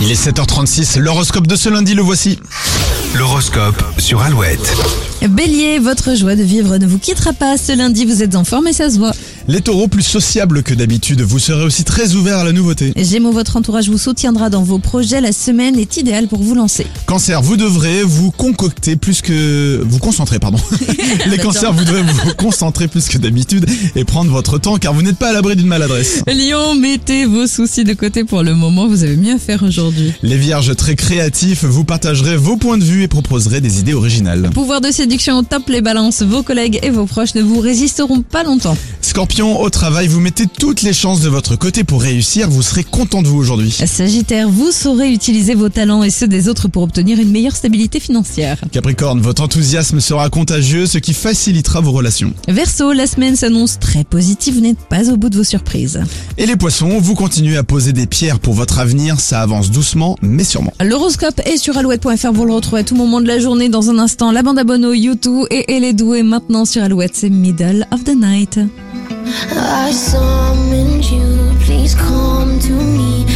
Il est 7h36, l'horoscope de ce lundi, le voici. L'horoscope sur Alouette. Bélier, votre joie de vivre ne vous quittera pas. Ce lundi, vous êtes en forme et ça se voit. Les taureaux plus sociables que d'habitude, vous serez aussi très ouverts à la nouveauté. Gémeaux, votre entourage vous soutiendra dans vos projets. La semaine est idéale pour vous lancer. Cancer, vous devrez vous concocter plus que... Vous concentrer, pardon. Les cancers, vous devrez vous concentrer plus que d'habitude et prendre votre temps car vous n'êtes pas à l'abri d'une maladresse. Lyon, mettez vos soucis de côté pour le moment. Vous avez mieux à faire aujourd'hui. Les vierges très créatifs, vous partagerez vos points de vue et proposerez des idées originales. Pouvoir de séduction au top, les balances. Vos collègues et vos proches ne vous résisteront pas longtemps. Scorpion, au travail, vous mettez toutes les chances de votre côté pour réussir, vous serez content de vous aujourd'hui. Euh. Sagittaire, vous saurez utiliser vos talents et ceux des autres pour obtenir une meilleure stabilité financière. Capricorne, votre enthousiasme sera contagieux, ce qui facilitera vos relations. Verseau, la semaine s'annonce très positive. Vous n'êtes pas au bout de vos surprises. Et les poissons, vous continuez à poser des pierres pour votre avenir, ça avance doucement mais sûrement. L'horoscope est sur alouette.fr. Vous le retrouvez à tout moment de la journée. Dans un instant, la bande à Bono, YouTube et Elle est douée maintenant sur Alouette. C'est Middle of the Night. I summoned you, please come to me.